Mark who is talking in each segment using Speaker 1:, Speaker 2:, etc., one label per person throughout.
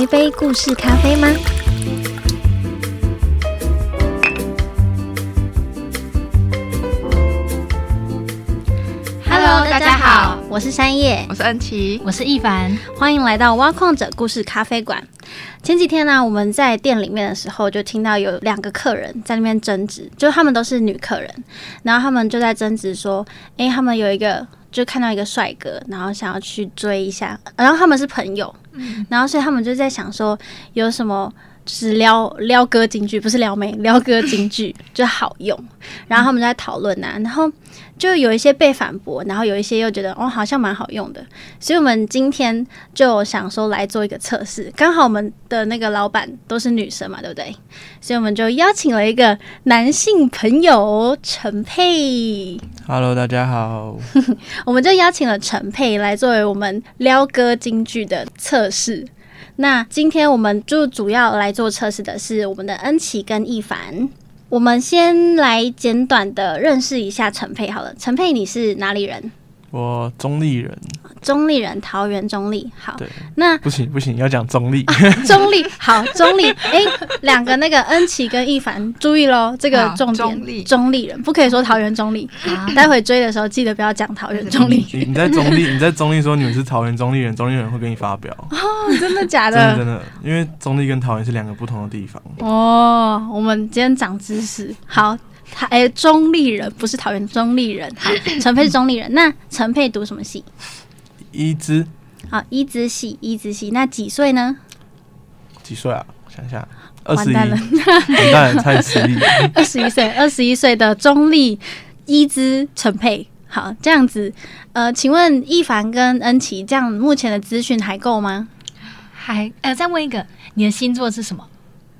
Speaker 1: 一杯故事咖啡吗？
Speaker 2: Hello，大家好，
Speaker 1: 我是山叶，
Speaker 2: 我是恩琪。
Speaker 3: 我是一凡，
Speaker 1: 欢迎来到挖矿者故事咖啡馆。前几天呢、我们在店里面的时候，就听到有两个客人在那边争执，就他们都是女客人，然后他们就在争执说，诶，他们有一个就看到一个帅哥，然后想要去追一下，然后他们是朋友，然后所以他们就在想说，有什么就是撩撩哥金句，不是撩妹，撩哥金句就好用，然后他们就在讨论呐、然后就有一些被反驳，然后有一些又觉得哦好像蛮好用的，所以我们今天就想说来做一个测试，刚好我们的那个老板都是女生嘛，对不对？所以我们就邀请了一个男性朋友陈佩，
Speaker 4: Hello，大家 好，
Speaker 1: 我们就邀请了陈佩来作为我们撩歌京剧的测试。那今天我们就主要来做测试的是我们的恩琪跟一凡。我们先来简短的认识一下陈佩好了。陈佩，你是哪里人？
Speaker 4: 我中立人，
Speaker 1: 中立人，桃园中立。好，
Speaker 4: 对，
Speaker 1: 那
Speaker 4: 不行不行，要讲中
Speaker 1: 啊
Speaker 4: 立，
Speaker 1: 中立，好，中立。哎、两个那个恩琪跟一凡，注意喽，这个
Speaker 2: 好
Speaker 1: 重点，
Speaker 2: 中立
Speaker 1: 人不可以说桃园中立。
Speaker 3: 啊
Speaker 1: 待会追的时候记得不要讲桃园中立，
Speaker 4: 你你在中立，你在中立说你们是桃园中立人，中立人会跟你发飙，
Speaker 1: 真的假
Speaker 4: 真的
Speaker 1: 的
Speaker 4: 真？的，因为中立跟桃园是两个不同的地方。
Speaker 1: 哦，我们今天长知识。好，他哎、中立人不是桃园中立人，好，陈佩是中立人。那陈佩读什么系？
Speaker 4: 一之
Speaker 1: 好，医资系，医资系。那几岁呢？
Speaker 4: 几岁啊？我想一下，二
Speaker 1: 完
Speaker 4: 十一，
Speaker 1: 蛋了
Speaker 4: 完蛋了，太 失忆。
Speaker 1: 二十一岁，二十一岁的中立伊资陈佩。好，这样子，呃，请问一凡跟恩琪，这样目前的资讯还够吗？
Speaker 3: 还呃，再问一个，你的星座是什么？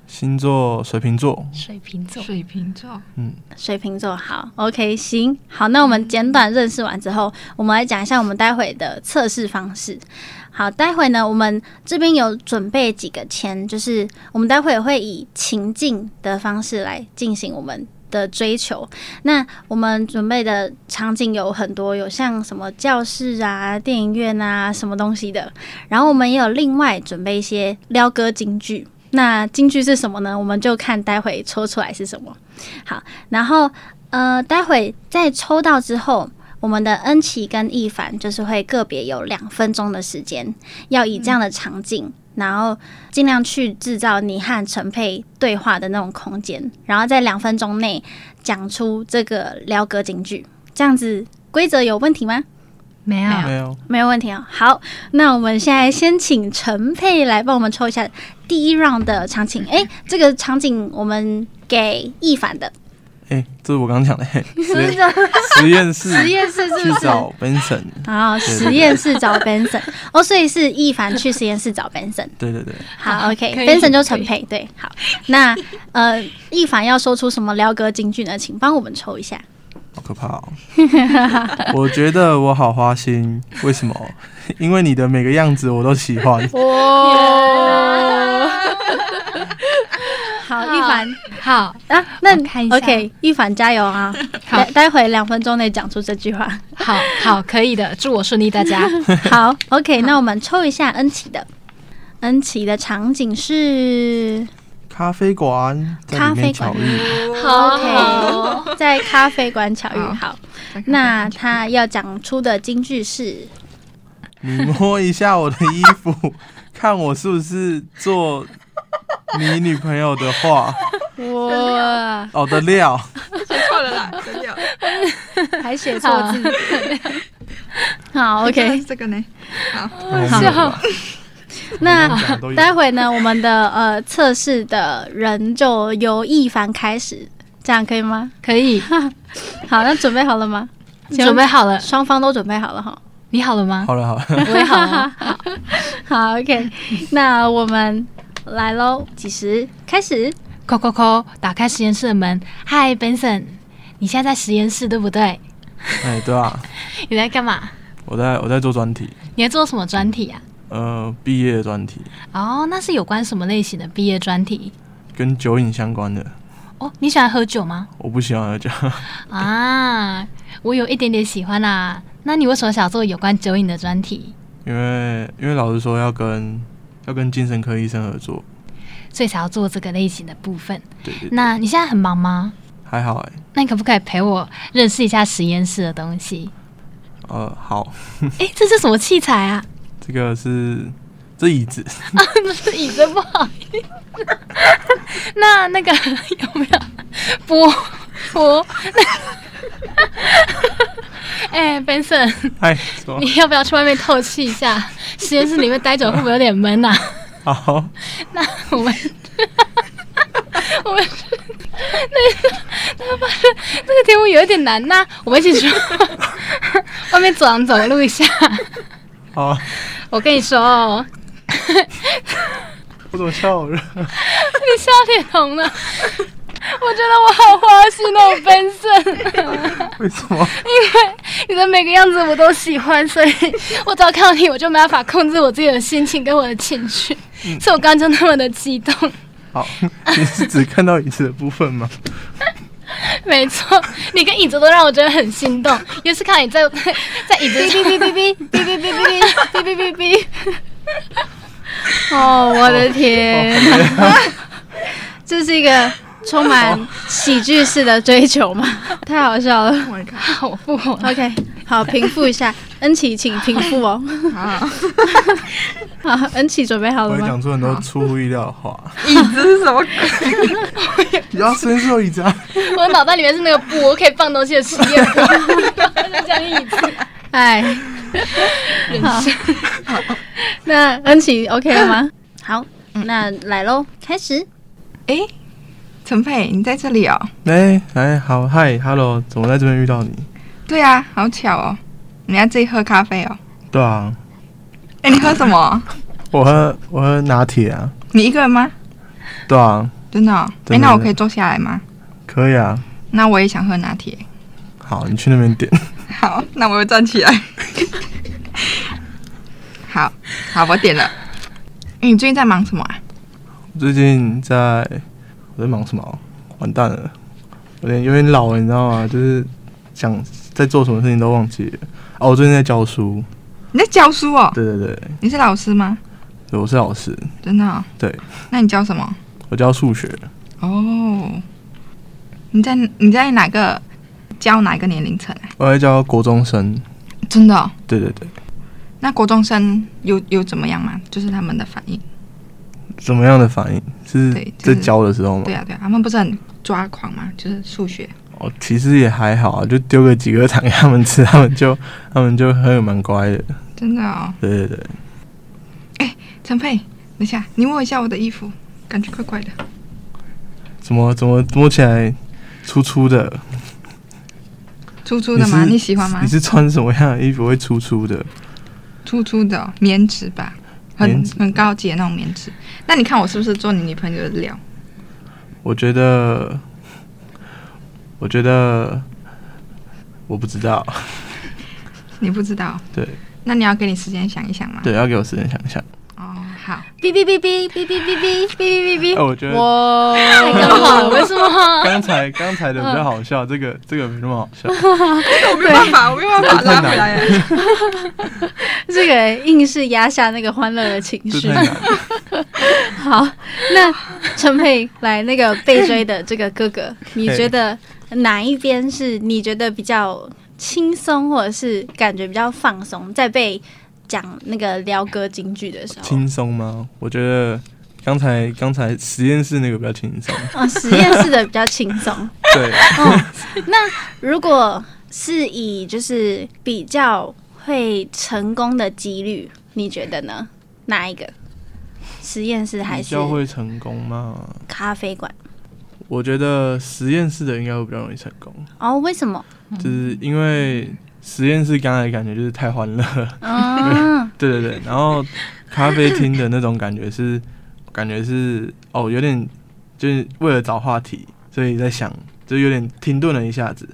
Speaker 4: 星座水瓶座，
Speaker 3: 水瓶座。
Speaker 2: 水瓶座，
Speaker 4: 嗯，
Speaker 1: 水瓶座，好，OK，行，好，那我们简短认识完之后，我们来讲一下我们待会的测试方式。好，待会呢，我们这边有准备几个签，就是我们待会会以情境的方式来进行我们的追求。那我们准备的场景有很多，有像什么教室啊、电影院啊、什么东西的。然后我们也有另外准备一些撩歌金句。那金句是什么呢？我们就看待会抽出来是什么。好，然后呃，待会在抽到之后，我们的恩琪跟一凡就是会个别有两分钟的时间，要以这样的场景，然后尽量去制造你和陈佩对话的那种空间，然后在两分钟内讲出这个撩格警句，这样子规则有问题吗？
Speaker 3: 没有
Speaker 2: 没有
Speaker 4: 没有，
Speaker 1: 没有问题哦。好，那我们现在先请陈佩来帮我们抽一下第一 round 的场景。诶，这个场景我们给一凡的，
Speaker 4: 哎，这是我刚刚讲 的嘿
Speaker 1: 真
Speaker 4: 实
Speaker 1: 的
Speaker 4: 实验室
Speaker 1: 实验室是
Speaker 4: 去
Speaker 1: 不是？
Speaker 4: 找 Benson，
Speaker 1: 然后
Speaker 4: 对
Speaker 1: 实验室找 Benson，哦，所以是一凡去实验室找 Benson。
Speaker 4: 对对对，
Speaker 1: 好
Speaker 3: 可以
Speaker 1: ，OK，Benson 就陈佩，对，好。那呃，一凡要说出什么撩哥金句呢？请帮我们抽一下。
Speaker 4: 好可怕哦！ 我觉得我好花心，为什么？因为你的每个样子我都喜欢。
Speaker 3: 哦，
Speaker 1: 好，一凡
Speaker 3: 好，
Speaker 1: 啊，那
Speaker 3: 我看一下
Speaker 1: OK，一凡加油啊！
Speaker 3: 好
Speaker 1: 待待会两分钟内讲出这句话。
Speaker 3: 好，好，可以的，祝我顺利，大家。
Speaker 1: 好，OK，那我们抽一下恩琪的。恩琪的场景是
Speaker 4: 咖啡馆在里面巧
Speaker 1: 咖
Speaker 4: 遇，
Speaker 3: 好
Speaker 1: OK，在咖啡馆巧遇。
Speaker 2: 好
Speaker 1: 好，那他要讲出的金句是
Speaker 4: 你摸一下我的衣服， 看我是不是做你女朋友的话，
Speaker 1: 哇，
Speaker 4: 哦的料。
Speaker 2: 写错了啦，真的。
Speaker 1: 还写错字。 好
Speaker 2: 真的
Speaker 1: ，OK，
Speaker 2: 是这个呢，
Speaker 1: 哦那
Speaker 4: 讲哦都有
Speaker 1: 待会呢，我们的呃测试的人就由一凡开始，这样可以吗？
Speaker 3: 可以，
Speaker 1: 好，那准备好了吗？请问
Speaker 3: 准备好了，
Speaker 1: 双方都准备好了哈。
Speaker 3: 你好了吗？
Speaker 4: 好了好 了，
Speaker 3: 我也好了。
Speaker 1: 好，OK，那 我们来喽，计时开始。
Speaker 3: 扣扣扣，打开实验室的门。嗨，Benson，你现在在实验室对不对？
Speaker 4: 哎对啊，
Speaker 3: 你在干嘛？
Speaker 4: 我在我在做专题，
Speaker 3: 你在做什么专题啊？
Speaker 4: 呃，毕业专题
Speaker 3: 哦，那是有关什么类型的毕业专题？
Speaker 4: 跟酒瘾相关的，
Speaker 3: 哦，你喜欢喝酒吗？
Speaker 4: 我不喜欢喝酒。
Speaker 3: 啊，我有一点点喜欢啊。那你为什么想做有关酒瘾的专题？
Speaker 4: 因为因为老师说要跟要跟精神科医生合作。
Speaker 3: 所以才要做这个类型的部分。
Speaker 4: 对对对，
Speaker 3: 那你现在很忙吗？
Speaker 4: 还好哎、
Speaker 3: 那你可不可以陪我认识一下实验室的东西？
Speaker 4: 呃，好，
Speaker 3: 诶，这是什么器材啊？
Speaker 4: 这个是这椅子，
Speaker 3: 啊，那是椅子，不好意思。那那个 有没有波波？ 哎、b e n s o n
Speaker 4: 哎，什 么
Speaker 3: 你要不要去外面透气一下？实验室里面待久会不会有点闷啊？
Speaker 4: 好，
Speaker 3: 那我们， 我们 那个那个那个题目有一点难，那我们一起去 外面走廊走路一下。
Speaker 4: 好，
Speaker 3: 我跟你说哦，
Speaker 4: 我怎么笑了？
Speaker 3: 你笑脸红了，我觉得我好花心哦，奔胜。
Speaker 4: 为什么？
Speaker 3: 你的每个样子我都喜欢，所以我只要看到你，我就没办法控制我自己的心情跟我的情绪，所以我刚刚就那么的激动。
Speaker 4: 好，你是只看到椅子的部分吗？
Speaker 3: 没错，你跟椅子都让我觉得很心动。尤其是看到你在 在椅子上，哔哔哔哔哔哔哔哔哔哔哔
Speaker 1: 哦，我的天， 这是一个充满喜剧式的追求 吗？太好笑了。
Speaker 2: Oh my god！
Speaker 3: 好我不活了。
Speaker 1: OK，好，平复一下，恩琪，请平复哦。
Speaker 2: 啊，
Speaker 1: 好，恩琪准备好
Speaker 4: 我
Speaker 1: 了
Speaker 4: 会
Speaker 1: 吗？
Speaker 4: 讲出很多出乎意料的话。
Speaker 2: 椅子是什么鬼？
Speaker 4: 不要伸手椅子啊！
Speaker 3: 我的脑袋里面是那个布，我可以放东西的实 验布，在讲椅子。
Speaker 1: 哎，好，那恩琪 OK 了吗？ 好，那来喽，开始。
Speaker 2: 哎，陈佩，你在这里哦？
Speaker 4: 哎哎，好嗨，hello，怎么在这边遇到你？
Speaker 2: 对啊，好巧哦，你还自己喝咖啡哦？
Speaker 4: 对啊，
Speaker 2: 哎，你喝什么？
Speaker 4: 我喝我喝拿铁啊。
Speaker 2: 你一个人吗？
Speaker 4: 对啊，
Speaker 2: 真的、哦？哎，
Speaker 4: 真的
Speaker 2: 那我可以坐下来吗？
Speaker 4: 可以啊。
Speaker 2: 那我也想喝拿铁。
Speaker 4: 好，你去那边点。
Speaker 2: 好，那我又站起来。 好好，我点了。哎你最近在忙什么啊？
Speaker 4: 最近在我在忙什么啊？完蛋了，有点有点老了，你知道吗？就是想在做什么事情都忘记了。哦，我最近在教书。
Speaker 2: 你在教书哦？
Speaker 4: 对对对，
Speaker 2: 你是老师吗？
Speaker 4: 对我是老师，
Speaker 2: 真的、哦？
Speaker 4: 对。
Speaker 2: 那你教什么？
Speaker 4: 我教数学。
Speaker 2: 哦，你在你在哪个教哪个年龄层啊？
Speaker 4: 我在教国中生。
Speaker 2: 真的、哦？
Speaker 4: 对对对，
Speaker 2: 那国中生有有怎么样吗？就是他们的反应。
Speaker 4: 怎么样的反应是
Speaker 2: 对就
Speaker 4: 在
Speaker 2: 是
Speaker 4: 教的时候吗
Speaker 2: 对？啊对啊，他们不是很抓狂吗？就是数学。
Speaker 4: 哦，其实也还好啊，就丢个几个糖给他们吃，他们就 他们就很蛮乖的。
Speaker 2: 真的哦，
Speaker 4: 对对对，
Speaker 2: 陈佩，等一下，你摸一下我的衣服，感觉怪怪的。
Speaker 4: 怎么怎么摸起来粗粗的？
Speaker 2: 粗粗的吗？
Speaker 4: 是
Speaker 2: 你喜欢吗
Speaker 4: 你？是穿什么样的衣服会粗粗的？
Speaker 2: 粗粗的哦、棉质吧，很
Speaker 4: 棉质
Speaker 2: 很高级的那种棉质。那你看我是不是做你女朋友的料？
Speaker 4: 我觉得，我觉得，我不知道。
Speaker 2: 你不知道，哦
Speaker 4: 对
Speaker 2: 那你要给你时间想一想嘛。
Speaker 4: 对，要给我时间想 一想。
Speaker 2: 哦，好，
Speaker 1: 哔哔哔哔哔哔哔哔哔哔
Speaker 4: 哎、
Speaker 1: 哔。
Speaker 4: 我觉得
Speaker 1: 哇，
Speaker 3: 刚好为什么？
Speaker 4: 刚才刚才的比较好
Speaker 1: 嗯
Speaker 4: 笑，这个这个没那么好 笑。
Speaker 2: 哎我没有办法，我没有办
Speaker 4: 法拉回来
Speaker 2: 了。
Speaker 1: 这个硬是压下那个欢乐的情
Speaker 4: 这
Speaker 1: 绪
Speaker 4: 太。难了。
Speaker 1: 好，那陈佩来那个被追的这个哥哥，你觉得哪一边是你觉得比较轻松，或者是感觉比较放松，在被讲那个撩哥京剧的时候？
Speaker 4: 轻松吗？我觉得刚才刚才实验室那个比较轻松。
Speaker 1: 哦，实验室的比较轻松。
Speaker 4: 对，
Speaker 1: 如果是以就是比较会成功的几率，你觉得呢？哪一个？实验室 还
Speaker 4: 比
Speaker 1: 是
Speaker 4: 较会成功吗？
Speaker 1: 咖啡馆？
Speaker 4: 我觉得实验室的应该会比较容易成功，
Speaker 1: 哦，为什么？
Speaker 4: 就是因为实验室刚才感觉就是太欢乐了。
Speaker 1: 嗯，
Speaker 4: 对对对，然后咖啡厅的那种感觉是，感觉是哦，有点就是为了找话题，所以在想，就有点停顿了一下子。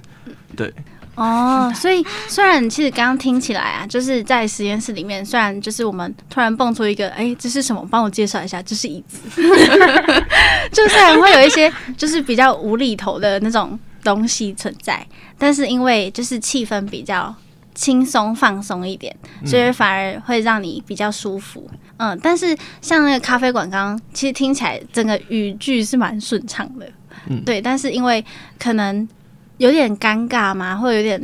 Speaker 1: 哦，所以虽然其实刚刚听起来啊，就是在实验室里面，虽然就是我们突然蹦出一个，哎、这是什么？帮我介绍一下，这是椅子， 就虽然会有一些就是比较无厘头的那种东西存在，但是因为就是气氛比较轻松放松一点，
Speaker 4: 嗯
Speaker 1: 所以反而会让你比较舒服。嗯，但是像那个咖啡馆，刚刚其实听起来整个语句是蛮顺畅的，
Speaker 4: 嗯
Speaker 1: 对。但是因为可能有点尴尬嘛，或有点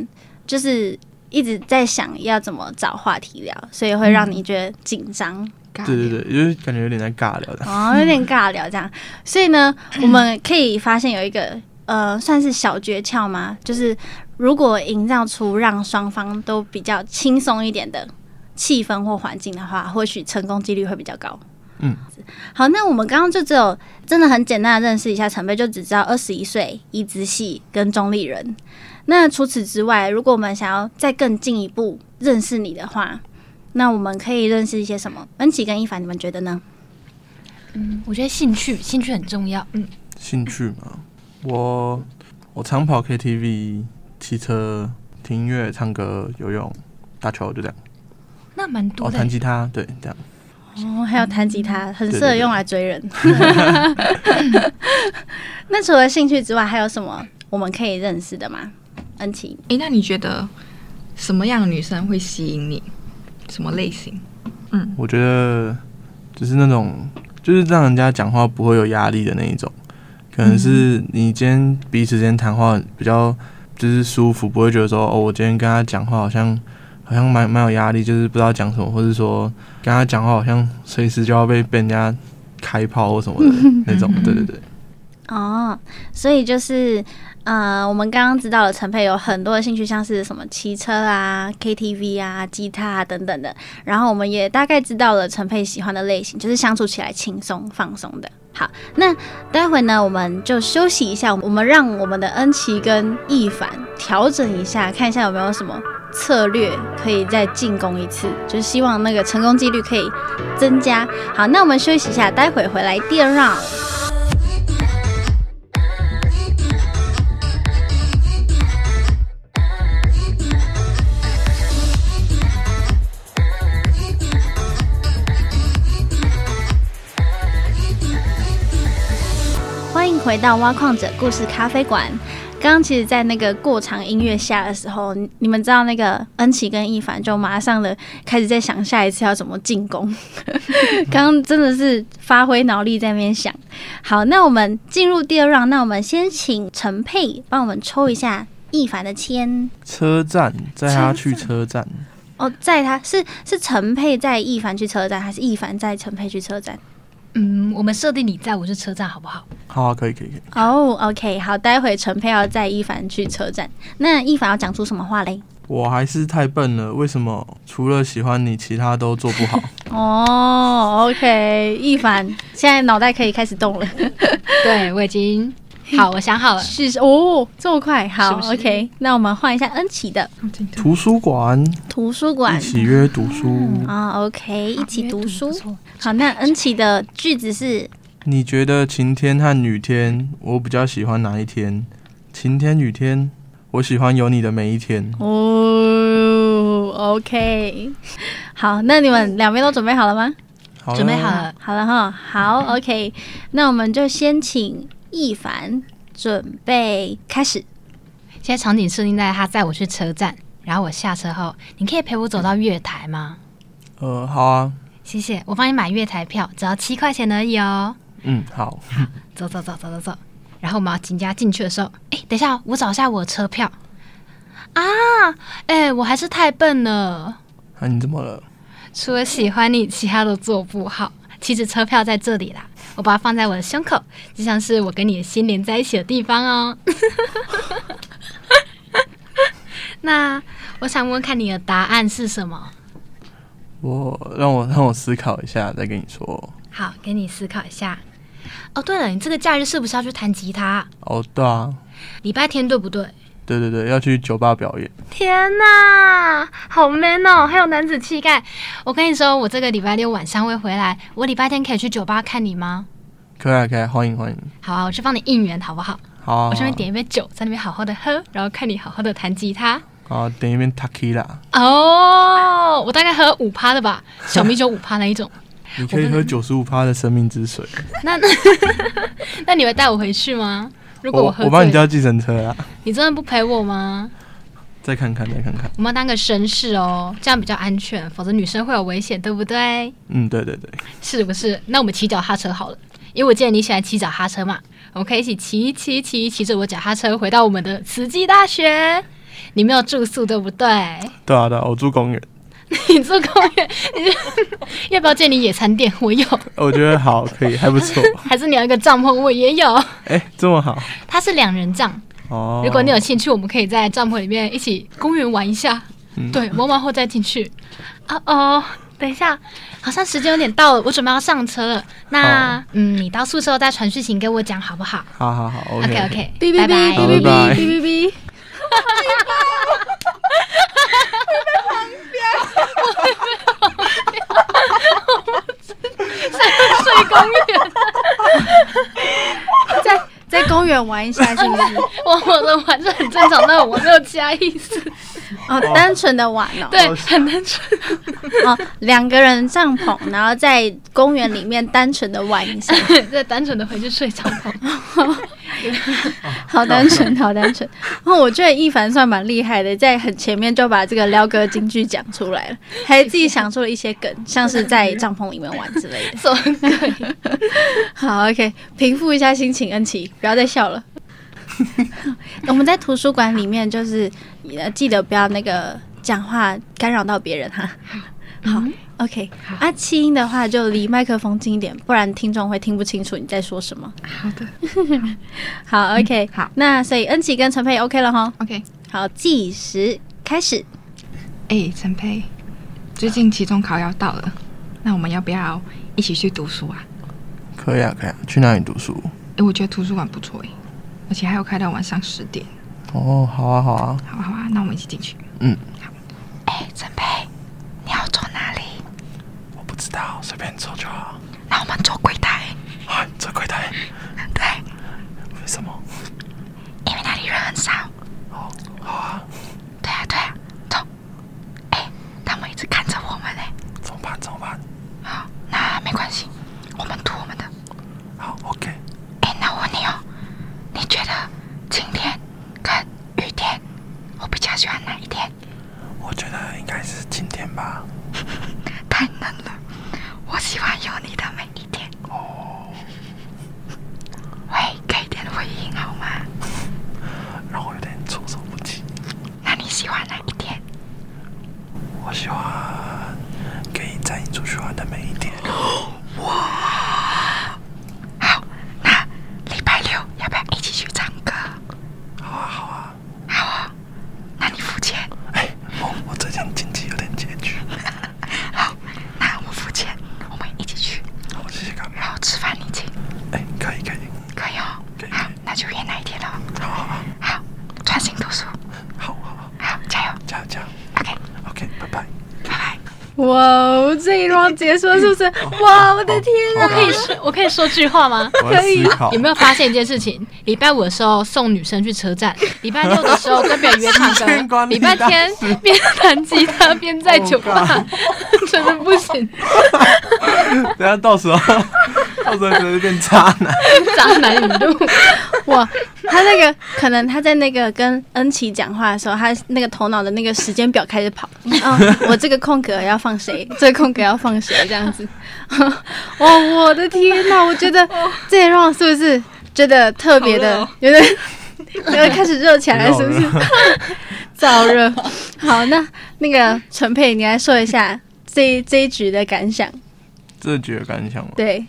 Speaker 1: 就是一直在想要怎么找话题聊，所以会让你觉得紧张，
Speaker 2: 尬
Speaker 4: 对对
Speaker 2: 聊，
Speaker 4: 对，就是感觉有点在尬聊的。
Speaker 1: 哦，有点尬聊这样。所以呢，我们可以发现有一个呃，算是小诀窍吗？就是如果营造出让双方都比较轻松一点的气氛或环境的话，或许成功几率会比较高。
Speaker 4: 嗯，
Speaker 1: 好，那我们刚刚就只有真的很简单的认识一下陈贝，就只知道二十一岁，移植系跟中立人。那除此之外，如果我们想要再更进一步认识你的话，那我们可以认识一些什么？恩琪跟一凡，你们觉得呢？
Speaker 3: 我觉得兴趣，兴趣很重要。
Speaker 4: 兴趣嘛，我我长跑 KTV、骑车、听音乐、唱歌、游泳、打球，就这样。
Speaker 3: 那蛮多
Speaker 4: 哦，
Speaker 3: 的
Speaker 4: 弹。吉他，对，这样。
Speaker 1: 哦，还有弹吉他，很适合
Speaker 4: 嗯对对对
Speaker 1: 用来追 人。 那除了兴趣之外，还有什么我们可以认识的吗？恩琪，
Speaker 2: 诶，那你觉得什么样的女生会吸引你？什么类型？
Speaker 4: 我觉得就是那种，就是让人家讲话不会有压力的那一种，可能是你今天彼此之间谈话比较就是舒服，不会觉得说哦，我今天跟他讲话好像好像蛮蛮有压力，就是不知道讲什么，或者说跟他讲话好像随时就要被被人家开炮或什么的那种， 对对对，
Speaker 1: 哦，所以就是呃，我们刚刚知道了陈佩有很多的兴趣，像是什么骑车啊、KTV 啊、吉他啊等等的。然后我们也大概知道了陈佩喜欢的类型，就是相处起来轻松放松的。好，那待会呢，我们就休息一下，我们让我们的恩琪跟一凡调整一下，看一下有没有什么策略可以再进攻一次，就是希望那个成功几率可以增加。好，那我们休息一下，待会回来第二 round。欢迎回到挖矿者故事咖啡馆。刚刚其实，在那个过场音乐下的时候，你你们知道那个恩琪跟一凡就马上的开始在想下一次要怎么进攻。 刚刚真的是发挥脑力在那边想。好，那我们进入第二 round，那我们先请陈佩帮我们抽一下一凡的签。
Speaker 4: 车站载他去车站，
Speaker 1: 哦，在他是是陈佩载一凡去车站，还是一凡载陈佩去车站？
Speaker 3: 嗯，我们设定你在我是车站好不好？
Speaker 4: 好、啊，可以可以可以，
Speaker 1: 哦、o k 好，待会陈佩要载一凡去车站，那一凡要讲出什么话嘞？
Speaker 4: 我还是太笨了，为什么除了喜欢你，其他都做不 好？
Speaker 1: 哦，OK，一凡现在脑袋可以开始 动了，
Speaker 3: 对，我已 经好，我想好了。
Speaker 1: 是哦，这么快，好
Speaker 3: 是不是
Speaker 1: o k 那我们换一下恩琪的
Speaker 2: 好紧张
Speaker 4: 图书馆
Speaker 1: 图书
Speaker 4: 一
Speaker 1: 馆
Speaker 4: 起约读书。
Speaker 3: 嗯
Speaker 1: 啊、o k 一起读书
Speaker 3: 不。错
Speaker 1: 好，那恩琪的句子是
Speaker 4: 你觉得晴天和雨天，我比较喜欢哪一天？晴天、雨天，我喜欢有你的每一天。
Speaker 1: 哦，OK，好， 那你们两边都准备好了吗？
Speaker 4: 好
Speaker 3: 准备好了。
Speaker 1: 好了哈，好，OK，那我们就先请一凡准备开始。
Speaker 3: 现在场景设定在他载我去车站，然后我下车后，你可以陪我走到月台吗？
Speaker 4: 呃，好啊，
Speaker 3: 谢谢，我帮你买月台票，只要七块钱而已哦。
Speaker 4: 嗯，好，
Speaker 3: 走走走走走走，然后我们要紧加进去的时候，哎，等一下，我找一下我的车票啊！哎，我还是太笨了，
Speaker 4: 那、啊你怎么了？
Speaker 3: 除了喜欢你，其他都做不好。其实车票在这里啦，我把它放在我的胸口，就像是我跟你的心连在一起的地方哦。 那我想问看你的答案是什么？
Speaker 4: 我让我让我思考一下，再跟你说。
Speaker 3: 好，给你思考一下。哦，对了，你这个假日是不是要去弹吉他？
Speaker 4: 哦，对啊，
Speaker 3: 礼拜天对不对？
Speaker 4: 对对对，要去酒吧表演。
Speaker 3: 天呐，好 man 哦，还有男子气概。我跟你说，我这个礼拜六晚上会回来，我礼拜天可以去酒吧看你吗？
Speaker 4: 可以、啊、可以、啊，欢迎欢迎。
Speaker 3: 好啊，我去帮你应援好不好？
Speaker 4: 好、啊，
Speaker 3: 我顺便点一杯酒，在那边好好的喝，然后看你好好的弹吉他。
Speaker 4: 好啊，点一遍 Takila。
Speaker 3: 哦、我大概喝五趴的吧，小米酒五趴那 一种。
Speaker 4: 你可以喝九十五趴的生命之水。
Speaker 3: 那 那你会带我回去吗？如果
Speaker 4: 我
Speaker 3: 喝
Speaker 4: 我帮你
Speaker 3: 醉，
Speaker 4: 叫计程车啊。
Speaker 3: 你真的不陪我吗？
Speaker 4: 再看看，再看看。
Speaker 3: 我们要当个绅士哦，这样比较安全，否则女生会有危险，对不对？
Speaker 4: 嗯，对对对，
Speaker 3: 是不是？那我们骑脚踏车好了，因为我记得你喜欢骑脚踏车嘛，我们可以一起骑骑骑，骑着我脚踏车回到我们的慈济大学。你没有住宿对不对？
Speaker 4: 对啊对啊，我住公园，
Speaker 3: 你住公园，你就要不要借你野餐垫？我有，
Speaker 4: 我觉得好，可以，还不 错。
Speaker 3: 还是你要一个帐篷？我也有，
Speaker 4: 哎、这么好
Speaker 3: 它是两人帐。
Speaker 4: 哦。
Speaker 3: 如果你有兴趣，我们可以在帐篷里面一起公园玩一下。
Speaker 4: 嗯
Speaker 3: 对，玩完后再进去。啊哦，等一下，好像时间有点到了，我准备要上车了。那
Speaker 4: 好
Speaker 3: 嗯，你到宿舍后再传讯息给我讲好不好
Speaker 4: 好好好，OK
Speaker 3: ？OK OK，
Speaker 1: 哔哔
Speaker 3: 拜
Speaker 1: 哔
Speaker 3: 拜。
Speaker 1: 哔哔
Speaker 4: 拜拜
Speaker 1: 哔哔哔 哔。
Speaker 3: 睡公园，
Speaker 1: 在在公园玩一下是不是？
Speaker 3: 我我的玩是很正常，但我没有其他意思。
Speaker 1: 哦，单纯的玩哦，
Speaker 3: 对，很单纯。
Speaker 1: 哦，两个人帐篷，然后在公园里面单纯的玩一 下，
Speaker 3: 再单纯的回去睡帐篷。
Speaker 1: 好单纯，好单纯。哦，我觉得一凡算蛮厉害的，在很前面就把这个撩哥金句讲出来了，还自己想出了一些梗，像是在帐篷里面玩之类的。
Speaker 3: 什么鬼？
Speaker 1: 好，OK，平复一下心情，恩琪，不要再笑了。我们在图书馆里面，就是呃，记得不要那个讲话干扰到别人哈。好，OK，啊，气音的话就离麦克风近一点，不然听众会听不清楚你在说什么。
Speaker 2: 好的
Speaker 1: 好，OK，、
Speaker 2: 好
Speaker 1: 那所以恩琪跟陈佩 OK 了哈。
Speaker 2: ，OK。
Speaker 1: 好，计时开始。
Speaker 2: 哎，陈佩，最近期中考要到了，那我们要不要一起去读书啊？
Speaker 4: 可以啊，可以啊。去哪里读书？
Speaker 2: 哎，我觉得图书馆不错哎，而且还有开到晚上十点。
Speaker 4: 哦，好啊，好啊。
Speaker 2: 好啊，好啊，那我们一起进去。
Speaker 4: 嗯，
Speaker 2: 好。哎，陈佩，你要坐哪里？
Speaker 4: 我不知道，随便坐就好。
Speaker 2: 那我们坐柜台。
Speaker 4: 啊，这柜台
Speaker 2: 对，
Speaker 4: 为什么？
Speaker 2: 因为那里人很少。
Speaker 4: 哦，好啊，
Speaker 2: 对啊，对啊，走。哎，他们一直看着我们哎。
Speaker 4: 怎么办？怎么办？
Speaker 2: 好，那没关系，我们读我们的。
Speaker 4: 好，OK。
Speaker 2: 哎，那我问你哦，你觉得晴天跟雨天，我比较喜欢哪一天？
Speaker 4: 我觉得应该是今天吧。
Speaker 2: 太难了，我喜欢有你的每一天。哦， 喂，给一点回应好吗？
Speaker 4: 让我有点措手不及。
Speaker 2: 那你喜欢哪一天？
Speaker 4: 我喜欢可以在你出去玩的每一天。
Speaker 2: 好，那礼拜六要不要一起去唱歌？
Speaker 4: 好啊，好啊。
Speaker 2: 好哦，那你付钱，
Speaker 4: 哎，我我最近经济有点拮据。
Speaker 2: 那我付钱，我们一起去，
Speaker 4: 好，谢谢干妈。
Speaker 2: 然后吃饭你请，
Speaker 4: 哎，可以可以。
Speaker 2: 可以哦
Speaker 4: 可以。
Speaker 2: 好，那就约那一天喽。
Speaker 4: 好好好，
Speaker 2: 好，专心读书，
Speaker 4: 好好好，
Speaker 2: 好，加油
Speaker 4: 加油加油。
Speaker 2: ，OK，
Speaker 4: OK，拜拜。
Speaker 2: 拜拜。
Speaker 1: 哇，这一 round 结束了是不
Speaker 4: 哦
Speaker 1: 是？哇，我的天啊
Speaker 3: 我可以说我可以说句话吗？
Speaker 4: 哦我在思考
Speaker 3: 有没有发现一件事情？礼拜五的时候送女生去车站，礼拜六的时候跟别人约唱
Speaker 4: 时间
Speaker 3: 歌，
Speaker 4: 管理
Speaker 3: 礼拜天边弹吉他边在酒吧
Speaker 4: Oh
Speaker 3: 真的不行，
Speaker 4: 等下到时候， 到时候可能变渣男。
Speaker 3: 渣男语录。
Speaker 1: 哇，他那个可能他在那个跟恩琪讲话的时候，他那个头脑的那个时间表开始跑。哦，我这个空格要放谁？这个空格要放谁？这样子。哇，我的天哪！我觉得这也让我是不是觉得特别的，
Speaker 2: 好
Speaker 1: 有点有点开始热起来了，是不是？ 燥热。好，那那个陈佩，你来说一下这一这一局的感想。
Speaker 4: 这局的感想吗？
Speaker 1: 对，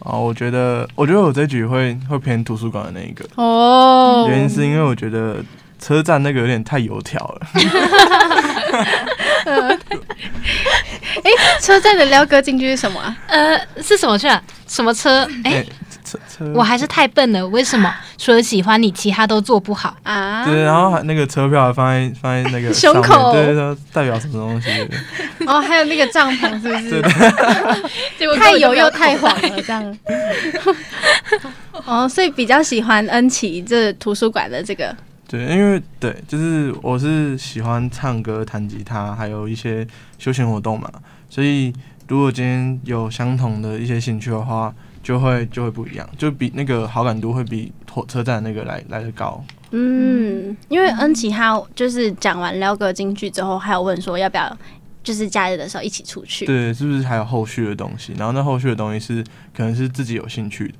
Speaker 4: 哦，我觉得，我觉得我这局会会偏图书馆的那一个，
Speaker 1: 哦，
Speaker 4: 原因是因为我觉得车站那个有点太油条了。
Speaker 1: 哎，车站的撩哥进去是什么啊？
Speaker 3: 呃，是什么去啊？什么车？哎、
Speaker 4: 哎， 车车，
Speaker 3: 我还是太笨了。为什么？除了喜欢你，其他都做不好。
Speaker 1: 啊，
Speaker 4: 对，然后还那个车票还放在放在那 个
Speaker 1: 胸口
Speaker 4: 上面对，它代表什么东西？
Speaker 1: 哦，还有那个帐篷是不
Speaker 4: 对
Speaker 1: 是？
Speaker 4: 对，
Speaker 3: 结果
Speaker 1: 太油又太黄了，这样。 哦，所以比较喜欢恩琪这图书馆的这个
Speaker 4: 对，因为对，就是我是喜欢唱歌、弹吉他，还有一些休闲活动嘛，所以如果今天有相同的一些兴趣的话，就会就会不一样，就比那个好感度会比火车站那个来来的高。
Speaker 1: 嗯，因为恩琪他就是讲完撩哥京剧之后，还有问说要不要就是假日的时候一起出去。
Speaker 4: 对，是不是还有后续的东西？然后那后续的东西是可能是自己有兴趣的，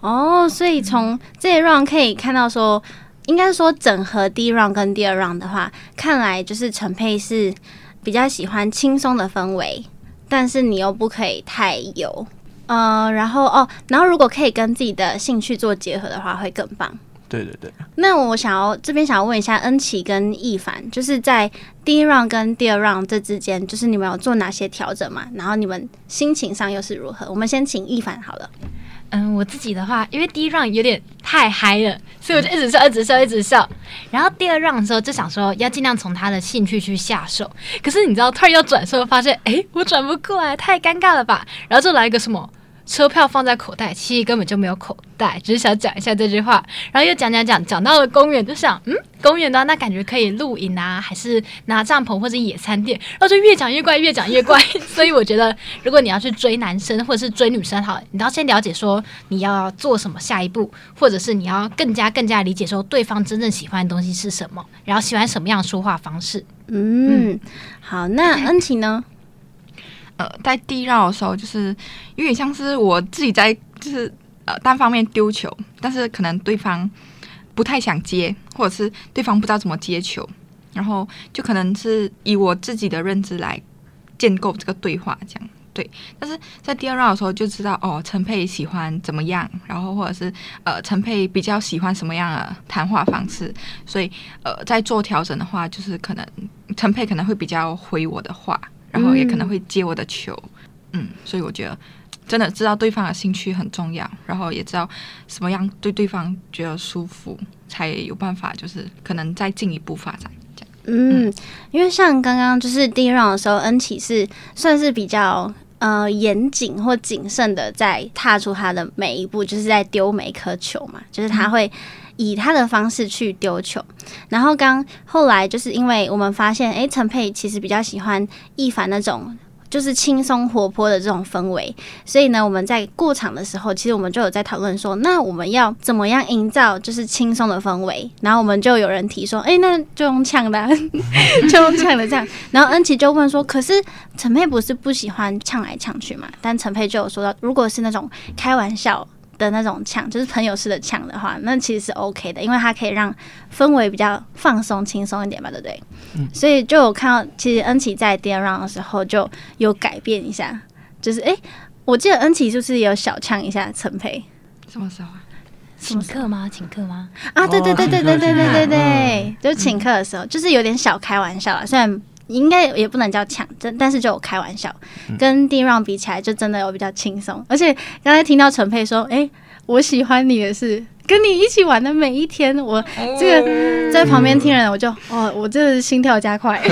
Speaker 1: 哦，所以从这一 round 可以看到说，应该说整合第一 round 跟第二 round 的话，看来就是陈佩是比较喜欢轻松的氛围，但是你又不可以太油。呃，然后哦，然后如果可以跟自己的兴趣做结合的话，会更棒。
Speaker 4: 对对对，
Speaker 1: 那我想要这边想要问一下恩琪跟一凡，就是在第一 round 跟第二 round 这之间，就是你们有做哪些调整嘛？然后你们心情上又是如何？我们先请一凡好了。
Speaker 3: 嗯，我自己的话，因为第一 round 有点太嗨了，所以我就一直笑，一直笑，一直笑。然后第二 round 的时候，就想说要尽量从他的兴趣去下手。 可是你知道，突然要转的时候，发现哎，诶我转不过来，太尴尬了吧？然后就来一个什么车票放在口袋，其实根本就没有口袋，只是想讲一下这句话。然后又讲讲讲，讲到了公园，就想嗯，公园的话那感觉可以露营啊，还是拿帐篷或者野餐垫。然后就越讲越怪，越讲越怪。 所以我觉得，如果你要去追男生或者是追女生，好了，你都要先了解说你要做什么下一步，或者是你要更加更加理解说对方真正喜欢的东西是什么，然后喜欢什么样的说话方式。
Speaker 1: 嗯，好，那恩琪呢？
Speaker 2: 呃，在第一绕的时候，就是有点像是我自己在，就是呃单方面丢球，但是可能对方不太想接，或者是对方不知道怎么接球，然后就可能是以我自己的认知来建构这个对话，这样对。但是在第二 round 的时候就知道，哦，陈佩喜欢怎么样，然后或者是呃陈佩比较喜欢什么样的谈话方式，所以呃在做调整的话，就是可能陈佩可能会比较回我的话，然后也可能会接我的球，嗯所以我觉得真的知道对方的兴趣很重要，然后也知道什么样对对方觉得舒服，才有办法就是可能再进一步发展。这样
Speaker 1: 嗯，因为像刚刚就是第一 round 的时候，恩琪是算是比较呃严谨或谨慎的，在踏出他的每一步，就是在丢每一颗球嘛，就是他会以他的方式去丢球。然后刚后来就是因为我们发现，诶，陈佩其实比较喜欢一凡那种。就是轻松活泼的这种氛围，所以呢，我们在过场的时候，其实我们就有在讨论说，那我们要怎么样营造就是轻松的氛围？然后我们就有人提说，诶，那就用呛的啊、就用呛的这样。然后恩琪就问说：“可是陈佩不是不喜欢呛来呛去嘛？”但陈佩就有说到，如果是那种开玩笑的那种呛，就是朋友式的呛的话，那其实是 OK 的，因为它可以让氛围比较放松、轻松一点吧，对不对？所以就有看到，其实恩琪在第二 round 的时候就有改变一下，就是诶，我记得恩琪是不是也有小呛一下陈佩
Speaker 2: 什么时候啊？
Speaker 3: 请客吗？请客吗？
Speaker 1: 啊？
Speaker 4: 哦
Speaker 1: 对对对对对对
Speaker 4: 请客
Speaker 1: 对对
Speaker 4: 嗯请客
Speaker 1: 对，就请客的时候，就是有点小开玩笑啦，虽然应该也不能叫抢，但但是就有开玩笑，
Speaker 4: 嗯
Speaker 1: 跟第一 round 比起来，就真的有比较轻松。而且刚才听到陈佩说：“哎、我喜欢你的是跟你一起玩的每一天。”我这个在旁边听人，我就哦，我真的是心跳加 快。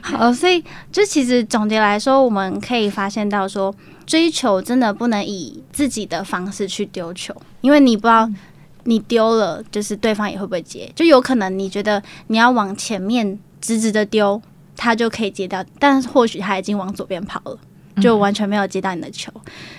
Speaker 1: 好，所以就其实总结来说，我们可以发现到说，追求真的不能以自己的方式去丢球，因为你不知道。你丢了，就是对方也会不会接，就有可能你觉得你要往前面直直的丢，他就可以接到，但是或许他已经往左边跑了，就完全没有接到你的球。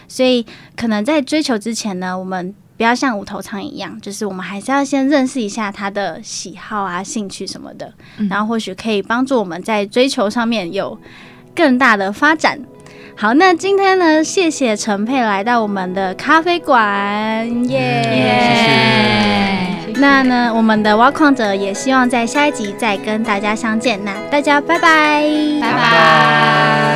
Speaker 1: 所以可能在追求之前呢，我们不要像无头苍蝇一样，就是我们还是要先认识一下他的喜好啊、兴趣什么的，然后或许可以帮助我们在追求上面有更大的发展。好，那今天呢，谢谢陈佩来到我们的咖啡馆，耶、
Speaker 3: 耶！
Speaker 1: 那呢，我们的挖矿者也希望在下一集再跟大家相见。那大家拜拜，
Speaker 3: 拜拜。